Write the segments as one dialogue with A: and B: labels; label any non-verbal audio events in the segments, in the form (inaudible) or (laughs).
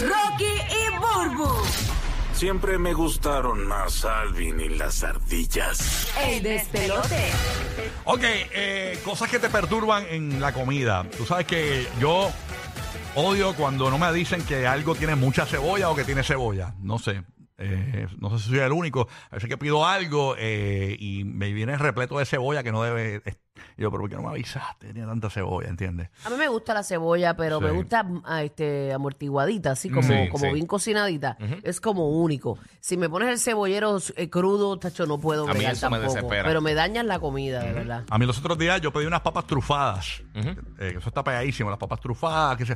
A: Rocky y Burbu.
B: Siempre me gustaron más Alvin y las ardillas.
A: El despelote.
C: Ok, eh, cosas que te perturban en la comida. Tú sabes que yo odio cuando no me dicen que algo tiene mucha cebolla o que tiene cebolla. No sé. eh, no sé si soy el único. A veces que pido algo eh, y me viene repleto de cebolla que no debe. eh, yo, pero ¿por qué no me avisaste? Tenía tanta cebolla, ¿entiendes?
D: A mí me gusta la cebolla, pero
C: Sí.
D: me gusta ah, este, amortiguadita, así como,
E: Sí,
D: como
E: sí.
D: bien cocinadita. Es como único. Si me pones el cebollero eh, crudo, tacho, no puedo
E: A mí
D: bregar
E: eso me
D: tampoco.
E: desespera.
D: pero me dañan la comida, de verdad.
C: A mí los otros días yo pedí unas papas trufadas. Eh, eso está pegadísimo, las papas trufadas, que se,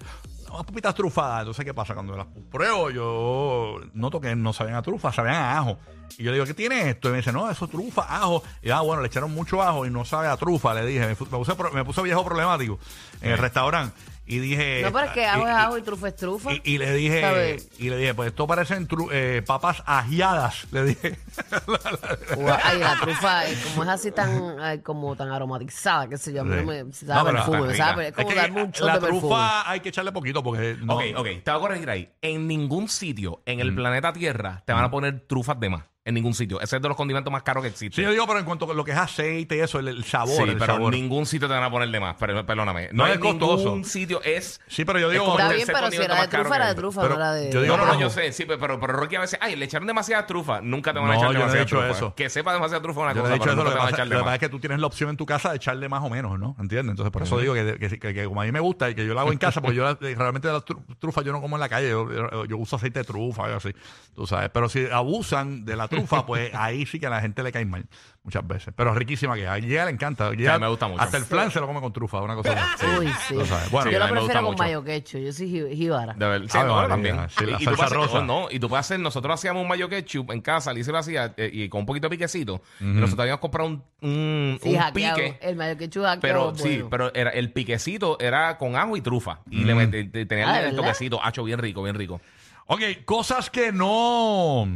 C: unas papitas trufadas. Entonces, ¿qué pasa? Cuando las pruebo, yo noto que no sabían a trufa, sabían a ajo. Y yo le digo, ¿qué tiene esto? Y me dice, no, eso es trufa, ajo. Y ah, bueno, le echaron mucho ajo y no sabe a trufa, le dije. Me, fu- me puse, pro- me puse viejo problemático en el restaurante. Y
E: Eh,
C: dije.
D: no, pero es que
E: ah,
D: ajo es
C: y-
D: ajo y trufa es trufa.
C: y, y le dije,
D: ¿Sabe?
C: y le dije, pues esto parecen tru- eh, papas ajiadas, le dije.
E: (laughs)
D: O- Ay, la trufa, eh, como es así tan, ay, como tan aromatizada, qué sé yo, a mí no me
C: Sí.
D: sabe a
C: No, pero
D: perfume,
E: está
D: me
E: rica.
D: sabe, es como
C: que
D: darme un shot
C: la
D: de
C: trufa
D: perfume.
C: hay que echarle poquito porque no.
E: Ok, ok, te voy a corregir ahí. En ningún sitio en el planeta Tierra te van a poner trufas de más. En ningún sitio. Ese es de los condimentos más caros que
C: Sí,
E: existen.
C: yo digo, pero en cuanto a lo que es aceite y eso, el, el sabor,
E: Sí,
C: el
E: pero
C: sabor.
E: en ningún sitio te van a poner de más. Pero, perdóname.
C: No
E: No, hay
C: es costoso.
E: ningún sitio. Es.
C: Sí, pero yo
E: es
C: digo,
E: como
D: Está
E: el
D: bien,
E: tercer
D: pero si era
E: condimento
D: de
E: más caro
D: trufa,
E: que
D: era de
E: hay.
D: trufa,
C: Pero
D: no era de...
C: yo digo,
E: No, no,
C: pero-
E: yo sé, sí, pero, pero Rocky a veces, ay, le echaron demasiada trufa. Nunca te van a
C: No,
E: echar
C: yo no he
E: demasiada
C: hecho
E: trufa.
C: eso.
E: Que sepa demasiada trufa es una
C: Yo
E: cosa,
C: le he dicho
E: pero
C: eso, lo
E: nunca
C: que
E: te van a
C: pasa
E: echar
C: lo
E: de
C: que pasa es que
E: más.
C: tú tienes la opción en tu casa de echarle más o menos, ¿no? ¿Entiendes? Entonces, por eso digo que, que- que- que como a mí me gusta y que yo la hago en casa, porque yo la- (laughs) realmente las tru- trufas yo no como en la calle, yo, yo- yo uso aceite de trufa, algo así, tú sabes. Pero si abusan de la
E: (laughs)
C: trufa, pues ahí sí que a la gente le cae mal muchas veces. Pero riquísima que es. A ella le encanta. A ella-
E: Sí, me gusta mucho.
C: Hasta el flan se lo come con trufa, una cosa
E: (laughs)
C: así.
D: Uy, sí.
C: Tú sabes. Bueno,
D: yo
E: a
D: la
E: mí me
D: prefiero
E: gusta
D: con
E: mucho.
D: mayo quecho, yo soy ji- jíbara.
E: De ver, sí,
C: Ave
E: no,
C: María,
E: también.
C: Ah, sí, la
E: y, y
C: salsa
E: tú puedes, hacer-
C: rosa.
E: oh, no, y tú puedes hacer, nosotros hacíamos un mayo ketchup en casa, Alicia lo hacía, eh, y con un poquito de piquecito. Y nosotros habíamos comprado un, un,
D: Sí,
E: un
D: hackeado,
E: pique.
D: El mayo quecho hackeado
E: Pero
D: es
E: sí,
D: Oh, bueno.
E: pero era, el piquecito era con ajo y trufa. Y
C: Mm.
E: le met- eh, te-
D: Ah,
E: tenía el,
D: ¿de
E: el
D: verdad?
E: toquecito, hacho, bien rico, bien rico.
C: Ok, cosas que no.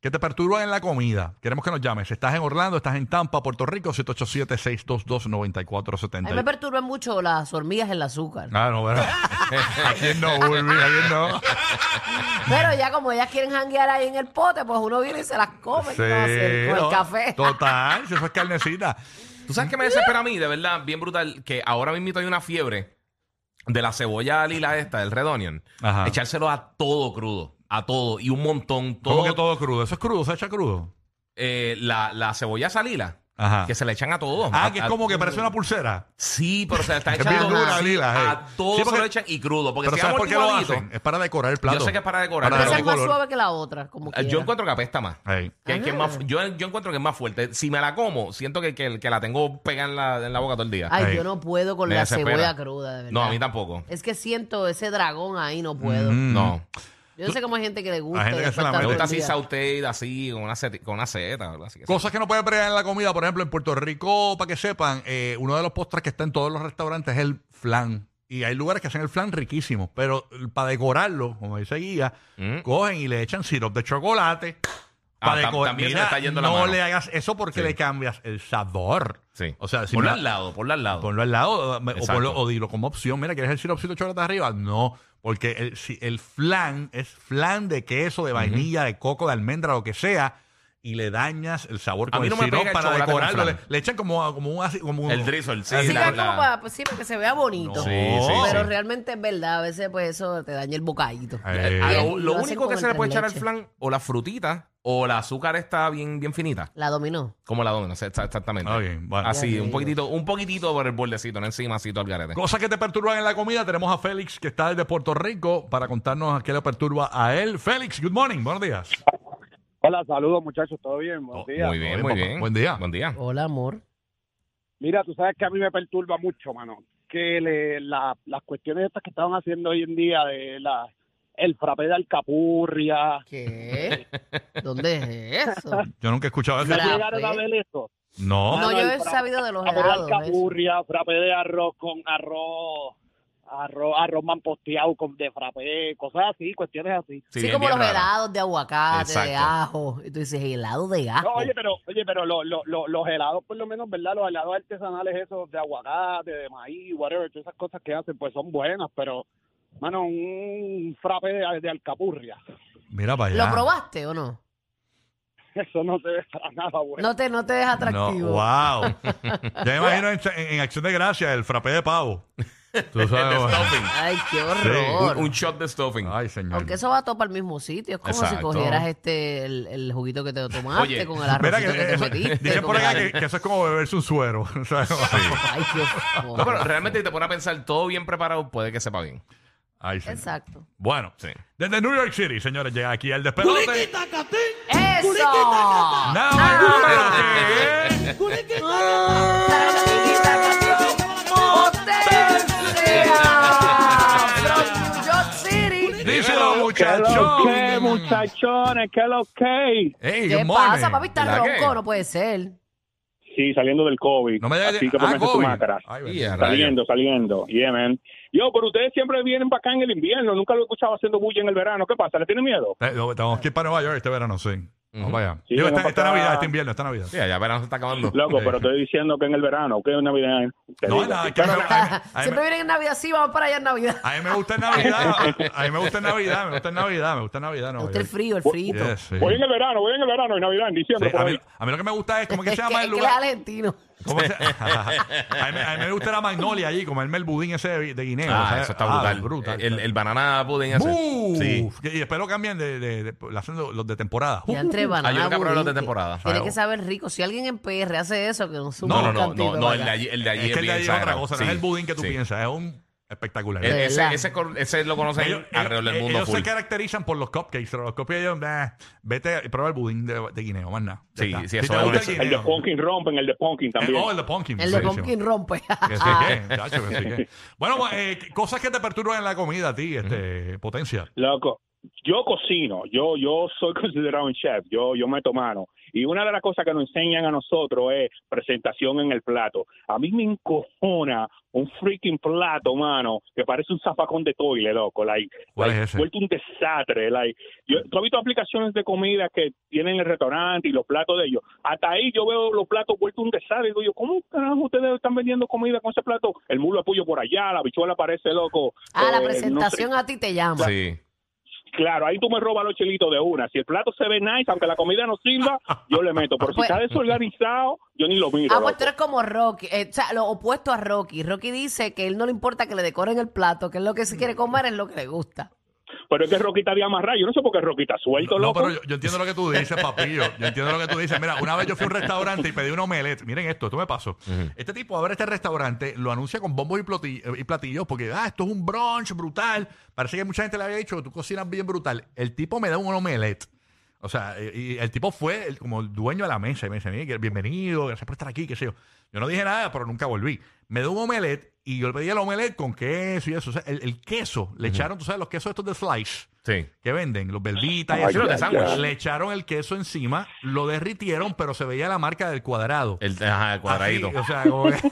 C: que te perturban en la comida. Queremos que nos llames. Estás en Orlando, estás en Tampa, Puerto Rico,
D: A mí me
C: 787-622-9470.
D: perturban mucho las hormigas en el azúcar.
C: Ah, no,
D: (laughs)
C: ¿verdad? ¿A quién no, Bulbi? ¿A quién no?
D: Pero ya como ellas quieren janguear ahí en el pote, pues uno viene y se las come ¿qué va a hacer? con
C: no,
D: el café.
C: Total, si eso es carnecita.
E: ¿Tú sabes qué me desespera a mí? De verdad, bien brutal, que ahora mismo hay una fiebre de la cebolla lila esta, del red onion.
C: Ajá.
E: Echárselo a todo crudo, a todo, y un montón, todo.
C: ¿Cómo que todo crudo? ¿Eso es crudo? ¿Se echa crudo?
E: eh, la, la cebolla salila,
C: Ajá.
E: que se le echan a todo.
C: Ah,
E: A-
C: que
E: a-
C: es como que parece una pulsera.
E: Sí, pero se la
C: (laughs)
E: está
C: Es bien
E: echando
C: dura,
E: sí,
C: lila, eh.
E: a todo
C: Sí, porque-
E: se lo echan y crudo. Porque
C: Pero
E: si
C: ¿sabes por qué lo
E: amortiguadito,
C: hacen? Es para decorar el plato.
E: Yo sé que es para decorar,
D: Pero esa
E: pero
C: darle
D: es más
C: color.
D: suave que la otra, como
E: eh,
D: quiera.
E: Yo encuentro que apesta más.
C: Ahí.
E: Que- que es
D: Ah.
E: más fu- yo, yo encuentro que es más fuerte. Si me la como, siento que, que, que la tengo pegada en la, en la boca todo el día.
D: Ay,
C: Ahí.
D: yo no puedo con
E: Me
D: la
E: desespera.
D: cebolla cruda, de verdad.
E: no, a mí tampoco. Mm.
D: Es que siento ese dragón ahí, no puedo.
E: No.
D: Yo sé cómo hay gente que le gusta.
C: Hay gente
D: y
C: que se la
D: después
E: Me
C: Todo
D: está
E: gusta
D: todo el
E: así
D: día.
E: sauteada, así, con una, seti- con una seta. algo así que-
C: Cosas que no puedes pregar en la comida, por ejemplo, en Puerto Rico, para que sepan, eh, uno de los postres que está en todos los restaurantes es el flan. Y hay lugares que hacen el flan riquísimo, pero para decorarlo, como dice Guía,
E: Mm.
C: cogen y le echan sirope de chocolate.
E: Ah,
C: para
E: tam-
C: decorar.
E: también se
C: Mira,
E: le está yendo la
C: no
E: mano.
C: le hagas eso porque
E: Sí.
C: le cambias el sabor.
E: Sí.
C: O sea, si
E: ponlo
C: me-
E: al lado, ponlo al lado.
C: Ponlo al lado me- o,
E: Exacto.
C: ponlo- o dilo como opción. Mira, ¿quieres el siropcito de chocolate arriba? No, porque el, si- el flan es flan de queso, de vainilla, de coco, de almendra, lo que sea, y le dañas el sabor
E: A
C: con
E: mí
C: el
E: no me
C: sirope
E: pega el
C: para
E: chocolate con
C: decorarlo. Le,
E: flan.
C: le echan como, como un... así- Como un-
E: El drizzle, sí.
C: Así
D: Sí,
E: la-
D: que es
E: la-
D: como para, pues, sí, para que se vea bonito.
C: Sí,
E: sí,
D: Pero
E: sí.
D: realmente es verdad, a veces pues eso te daña el bocadito.
C: Eh,
E: Ah,
D: Bien,
E: lo lo
D: lo hacen
E: único que
D: con
E: se le
D: el
E: puede echar al
D: tres
E: flan o la frutita o la azúcar está bien, bien finita.
D: La dominó.
E: Como la domino, se- está- exactamente.
C: Ah, bien, bueno.
E: Así,
D: Ya
E: un
D: digo.
E: poquitito, un poquitito por el bordecito, no encima, así todo el garete.
C: Cosas que te perturban en la comida. Tenemos a Félix, que está desde Puerto Rico, para contarnos qué le perturba a él. Félix, good morning, buenos días.
F: Hola, saludos muchachos, ¿todo bien? Buenos
C: Oh,
F: días.
E: Muy bien,
C: Oye,
E: muy
C: papá,
E: bien.
C: buen día.
E: Buen día.
D: Hola, amor.
F: Mira, tú sabes que a mí me perturba mucho, mano, que le- la- las cuestiones estas que estaban haciendo hoy en día de la, el frappé de alcapurria.
E: (laughs)
D: ¿Qué? ¿Dónde es eso?
C: Yo nunca he escuchado eso.
F: ¿No
D: Frappé.
F: llegaron a ver eso?
C: No.
D: No,
F: Mano,
D: yo
F: el
D: he
F: frappé-
D: sabido de los
F: frappé de
D: helados, eso.
F: alcapurria, frappé de arroz con arroz, arroz, arroz mamposteado con de frappé, cosas así, cuestiones así.
D: Sí,
E: bien,
D: como
E: bien
D: los
E: raro.
D: helados de aguacate, de
E: Exacto.
D: ajo. Y tú dices, helado de ajo.
F: No, oye, pero, oye, pero lo- lo- lo- los helados, por lo menos, ¿verdad? Los helados artesanales esos de aguacate, de maíz, whatever, todas esas cosas que hacen, pues son buenas, pero Mano, un frappe de, de alcapurria. (laughs)
C: Mira para allá.
D: ¿Lo probaste o no?
F: Eso no se ve para nada bueno.
D: No te, no te deja
C: No,
D: atractivo.
C: wow. ya me imagino en, en Acción de Gracias el frappé de pavo. Tú sabes.
E: De
C: bueno.
E: stuffing.
D: Ay, qué horror.
E: Un, un shot de stuffing.
C: Ay, señor.
D: Aunque eso va todo para el mismo sitio. Es como si
E: Exacto.
D: cogieras este el, el juguito que te tomaste
E: Oye,
D: con el
C: Mira
D: arrocito
C: que,
D: que, te
C: eso-
E: (laughs)
D: metiste.
C: dicen por
D: con
C: acá
D: la-
C: que, que eso es como beberse un suero. (laughs) ¿sabes?
D: Ay, qué horror.
E: No, pero
C: (laughs)
E: realmente te pone a pensar todo bien preparado, puede que sepa bien.
C: Ay, señor.
D: Exacto.
C: Bueno,
E: Sí.
C: desde New York City, señores, llega aquí el despelote.
D: ¡Eso!
C: Nada más y nada menos que-
E: (laughs)
C: Díselo, muchachos.
F: que, muchachones? ¿Qué lo que?
C: Ey,
D: ¿Qué
C: good morning.
D: pasa, papi? ¿Estás
E: ¿La qué?
D: ronco? No puede ser.
F: Sí, saliendo del COVID.
C: No me digas
F: Así que
C: ah,
F: pónganse sus
C: COVID.
F: máscaras.
C: Ay,
E: Y
C: bendito.
E: a rayos.
F: Saliendo, saliendo. Yeah, man. Yo, pero ustedes siempre vienen para acá en el invierno. Nunca lo he escuchado haciendo bulla en el verano. ¿Qué pasa? ¿Le tienen miedo?
C: Eh, no, Tenemos que ir para Nueva York este verano, sí. Vamos
E: Ujú.
C: para allá.
F: Sí,
C: Digo,
F: vamos
C: esta, esta
F: para-
C: Navidad, este invierno, esta Navidad.
E: Sí, allá verano se está acabando.
F: Loco,
C: Sí.
F: pero estoy diciendo que en el verano. ¿Qué es Navidad? ¿eh? Te
C: No,
F: digo.
C: nada, que a mí me-
D: (laughs)
C: a mí- a mí
D: Siempre
C: me-
D: vienen en Navidad, sí, vamos para allá
C: (laughs)
D: en Navidad.
C: a mí me gusta en Navidad. A mí me gusta en Navidad, me gusta en Navidad, me gusta en Navidad.
D: Me
C: Nueva
D: gusta el
C: York.
D: frío, el frío. (laughs)
C: Yes, sí.
F: Voy en el verano, voy en el verano y Navidad en
C: Sí,
F: diciembre. por
C: a,
F: ahí.
C: mí, a mí lo que me gusta es, ¿cómo es que
D: Es
C: se
D: que,
C: llama el
D: es que él es
C: lugar?
D: argentino.
C: ¿Cómo se- (laughs) a, mí, a mí me gusta la magnolia allí, comerme el budín ese de, de Guinea.
E: Ah,
C: o sea,
E: eso está
C: ah,
E: brutal. El, el banana pudding ese.
C: ¡Buf!
E: Sí.
C: Y, y después lo cambian de, de, de- lo hacen los, los de temporada.
D: Ya entre banana
E: yo nunca probé los de
D: budín, que-
E: temporada.
D: Tiene
E: Ay,
D: que
E: oh.
D: saber rico. Si alguien en PR hace eso, que no suma
E: No, no,
D: un
E: no,
D: cantito
E: no, no,
D: para
E: el de
D: acá.
E: allí, el de allí
C: es que el de
E: bien
C: allí es otra
E: exagerado.
C: cosa, no es
E: Sí.
C: el budín que tú
E: Sí.
C: piensas, es un espectacular. Eh,
E: E-
D: De
E: Ese,
D: verdad.
E: ese, cor- ese lo conocen
C: Ellos,
E: alrededor del
C: ellos-
E: mundo
C: ellos
E: full.
C: se caracterizan por los cupcakes, pero los cupcakes ellos, nah, vete a probar el budín de, de guineo, más nada. Ya
E: Sí,
C: está.
E: sí,
C: Si
E: eso
C: te
E: es
C: gusta
E: un-
C: el
F: El de
C: guineo.
F: Pumpkin rompen, el de Pumpkin
C: Eh,
F: también.
C: oh, el de pumpkin.
D: El de
C: buenísimo.
D: pumpkin
F: Eh,
D: rompe. (laughs)
C: Que sí, que, chacho, que sí, que. Bueno, pues, eh, cosas que te perturban en la comida a ti, este, potencia.
F: Loco, yo cocino, yo yo soy (laughs) considerado un chef, yo yo meto mano. Y una de las cosas que nos enseñan a nosotros es presentación en el plato. A mí me encojona un freaking plato, mano, que parece un zafacón de toile, loco. Like,
C: ¿Cuál
F: like,
C: es ese?
F: Vuelto un desastre. Like, yo, ¿Tú has visto aplicaciones de comida que tienen el restaurante y los platos de ellos? Hasta ahí yo veo los platos vuelto un desastre. Digo yo, ¿cómo carajo ustedes están vendiendo comida con ese plato? El mulo de pollo por allá, la bichuela parece, loco.
D: Ah,
F: eh,
D: la
F: no sé.
D: presentación a ti te llama.
E: Sí.
F: Claro, ahí tú me robas los chelitos de una. Si el plato se ve nice, aunque la comida no sirva, yo le meto. Pero si
D: Pues-
F: está desorganizado, yo ni lo miro.
D: Ah, pues
F: loco.
D: tú eres como Rocky, eh, o sea, lo opuesto a Rocky. Rocky dice que él no le importa que le decoren el plato, que él lo que se quiere comer es lo que le gusta.
F: Pero es que Roquita había amarrado. Yo no sé por qué Roquita suelto,
C: No,
F: loco.
C: pero yo, yo entiendo lo que tú dices, papillo. Yo entiendo lo que tú dices. Mira, una vez yo fui a un restaurante y pedí un omelette. Miren esto, esto me pasó. Este tipo abre este restaurante, lo anuncia con bombos y, ploti- y platillos porque, ah, esto es un brunch brutal. Parece que mucha gente le había dicho, tú cocinas bien brutal. El tipo me da un omelette. O sea, eh, y el tipo fue el- como el dueño de la mesa y me dice, "Mire, bienvenido, gracias por estar aquí, qué sé yo. Yo no dije nada, pero nunca volví. Me dio un omelette y yo le pedí el omelette con queso y eso. O sea, el, el queso, le echaron, tú sabes, los quesos estos de slice
E: Sí.
C: que venden, los verditas y
F: Ay,
C: así, los de
E: ay,
C: sándwich.
E: ay.
C: Le echaron el queso encima, lo derritieron, pero se veía la marca del cuadrado.
E: El, ajá, el cuadradito.
C: Así, o sea, como
F: (laughs)
C: que-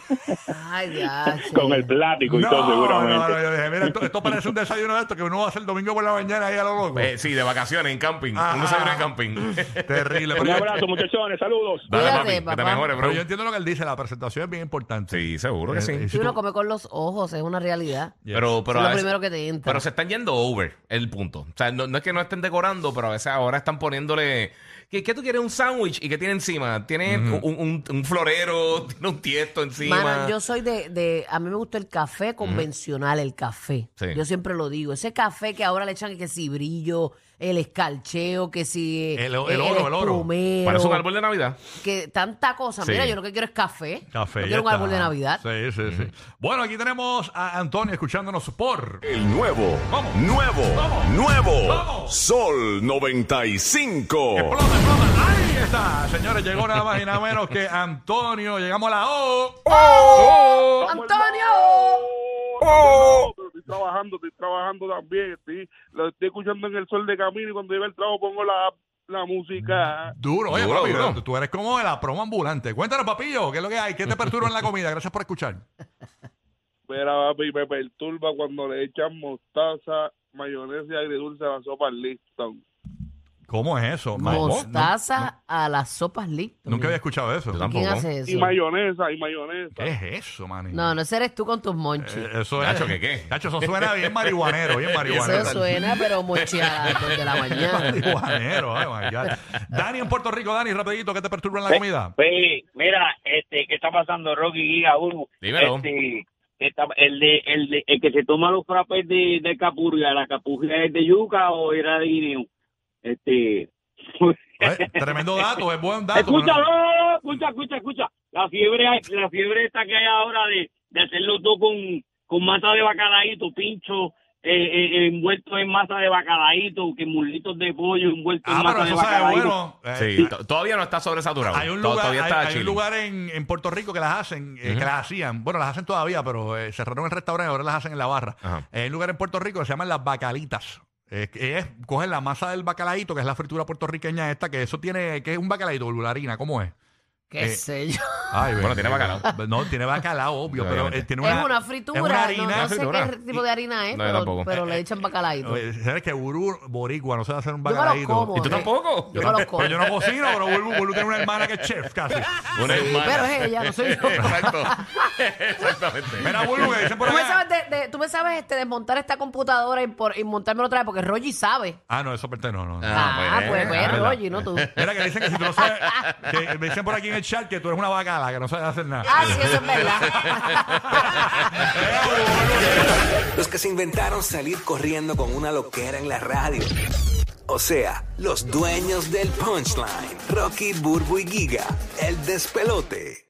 D: Ay, Dios.
F: Con el plático y
C: no,
F: todo, seguramente.
C: no, no, yo dije, mira, esto, esto parece un desayuno de esto que uno va a hacer el domingo por la mañana ahí a lo loco.
E: Eh, sí, de vacaciones, en camping.
C: Ajá.
E: Uno se viene en
C: (laughs)
E: camping.
C: Terrible.
F: Un
C: Pero yo,
F: abrazo, muchachones. Saludos.
E: Dale,
D: Cuídate,
E: papi, que te
D: papá.
E: mejores, bro.
C: pero yo entiendo lo que él dice, la presentación es bien importante.
E: Sí, seguro
C: Eh,
E: que sí.
C: eh,
D: Si
C: si
D: uno
C: tú-
D: come con los ojos, es una realidad.
C: Yes.
E: Pero, pero
D: es lo
E: a veces-
D: primero que te entra.
E: Pero se están yendo over el punto. O sea, no, no es que no estén decorando, pero a veces ahora están poniéndole. ¿Qué, qué tú quieres? ¿Un sándwich? ¿Y qué tiene encima? Tiene un, un- un florero, (laughs) tiene un tiesto encima.
D: Mano, yo soy de, de- A mí me gusta el café convencional, el café.
E: Sí.
D: Yo siempre lo digo. Ese café que ahora le echan que si brillo, el escalcheo, que si.
C: El- el oro, el oro.
D: espumero,
E: Parece un árbol de Navidad.
D: Que tanta cosa. Mira,
E: Sí.
D: yo lo que quiero es café.
C: Café,
D: Yo
C: ya
D: quiero un
C: está.
D: árbol de Navidad.
C: Sí, sí, sí. Bueno, aquí tenemos a Antonio escuchándonos por.
B: El nuevo,
C: Vamos.
B: nuevo, nuevo.
C: Vamos.
B: Sol 95.
C: Explota, explota. Ahí está, señores. Llegó nada más y nada menos que Antonio. Llegamos a la O.
D: ¡Antonio!
G: No, pero estoy trabajando, estoy trabajando también, estoy, lo estoy escuchando en el sol de camino y cuando llevo el trabajo pongo la, la música.
C: Duro, oye,
E: Duro,
C: papi,
E: duro.
C: tú eres como la promo ambulante. Cuéntanos, papillo, ¿qué es lo que hay? ¿Qué te perturba en la comida? Gracias por escuchar.
G: Pero papi, me perturba cuando le echan mostaza, mayonesa y agridulce a la sopa Lipton.
C: ¿Cómo es eso? Mayo-
D: Mostaza a las sopas
C: nu-
D: líquidas.
C: Nunca había escuchado eso.
E: Yo tampoco.
D: ¿Quién hace
G: Y
D: eso?
G: mayonesa, y mayonesa.
C: ¿Qué es eso, maní?
D: No, no, ese eres tú con tus monchis.
C: Eh, eso es.
E: Nacho, ¿qué qué?
C: Nacho, eso suena bien marihuanero, bien marihuanero.
D: eso suena, pero monchi a las dos
C: (laughs)
D: de la
C: Eh,
D: mañana.
C: Marihuanero, ay, my God. Dani en Puerto Rico, Dani, rapidito, ¿qué te perturba en la comida?
H: Pues, mira, este, ¿qué está pasando, Rocky Giga Urbu?
F: Eh,
E: Dímelo.
H: Este, que está- el, de, el, de- el que se toma los frappes de, de capurria, ¿la capurria es de yuca o era de guineo? Este,
C: Eh, tremendo dato, es buen dato.
H: escucha, no, no, no, escucha, escucha, escucha. La fiebre, la fiebre esta que hay ahora de, de hacerlo todo con, con masa de bacalaíto, pincho, eh, eh, envuelto en masa de bacalaíto, que mulitos de pollo envueltos
C: Ah,
H: en
C: pero
H: masa de
C: eso sabe
H: bacalaíto.
C: bueno. Eh,
E: Sí, to- todavía no está sobresaturado.
C: Hay un
E: To-
C: lugar,
E: todavía
C: hay-
E: está
C: hay un
E: chilling.
C: lugar en, en Puerto Rico que las hacen, eh, que las hacían. Bueno, las hacen todavía, pero eh, cerraron el restaurante y ahora las hacen en la barra.
E: Ajá.
C: Eh, hay un lugar en Puerto Rico que se llaman las bacalitas. Eh, que es, cogen la masa del bacalaíto, que es la fritura puertorriqueña esta, que eso tiene, que es un bacalaíto, vulgarina, ¿cómo es?
D: Qué
C: Eh,
D: sé yo.
C: Ay,
E: Bueno,
C: bendito.
E: tiene bacalao.
C: No, tiene bacalao, obvio, pero eh, tiene una,
D: es una fritura.
C: es una
D: no,
C: harina.
D: no sé qué
E: fritura.
D: tipo de harina es,
E: No, yo tampoco.
D: pero, pero le echan bacalaíto.
C: Eh, ¿Sabes que Burú, boricua, no sabe hacer un
D: me los
C: bacalaíto?
D: como.
E: ¿Y tú
D: Eh,
E: tampoco?
D: yo me los como.
C: Pues yo no cocino, pero Burú, Burú tiene una hermana que es chef casi.
E: Una
D: Sí,
E: hermana.
D: pero es Eh, ella, no soy yo.
E: (laughs) Exacto. Exactamente.
C: Mira, Burú, que dicen por
D: ¿Tú me
C: allá.
D: sabes, de- de- tú me sabes este, desmontar esta computadora y, por, y montármela otra vez? Porque Rogi sabe.
C: Ah, no, eso pertenece, no, no. no.
E: Ah,
D: Ah, pues,
E: pues, ah,
D: pues
E: verdad.
D: Rogi, no tú.
C: Mira que dicen que si tú no sabes, que me dicen por aquí en el chat que tú eres una bacala, que no sabes hacer nada.
D: Ah, sí, eso es
E: (laughs)
D: verdad.
I: Los que se inventaron salir corriendo con una loquera en la radio. O sea, los dueños del punchline. Rocky, Burbu y Giga. El despelote.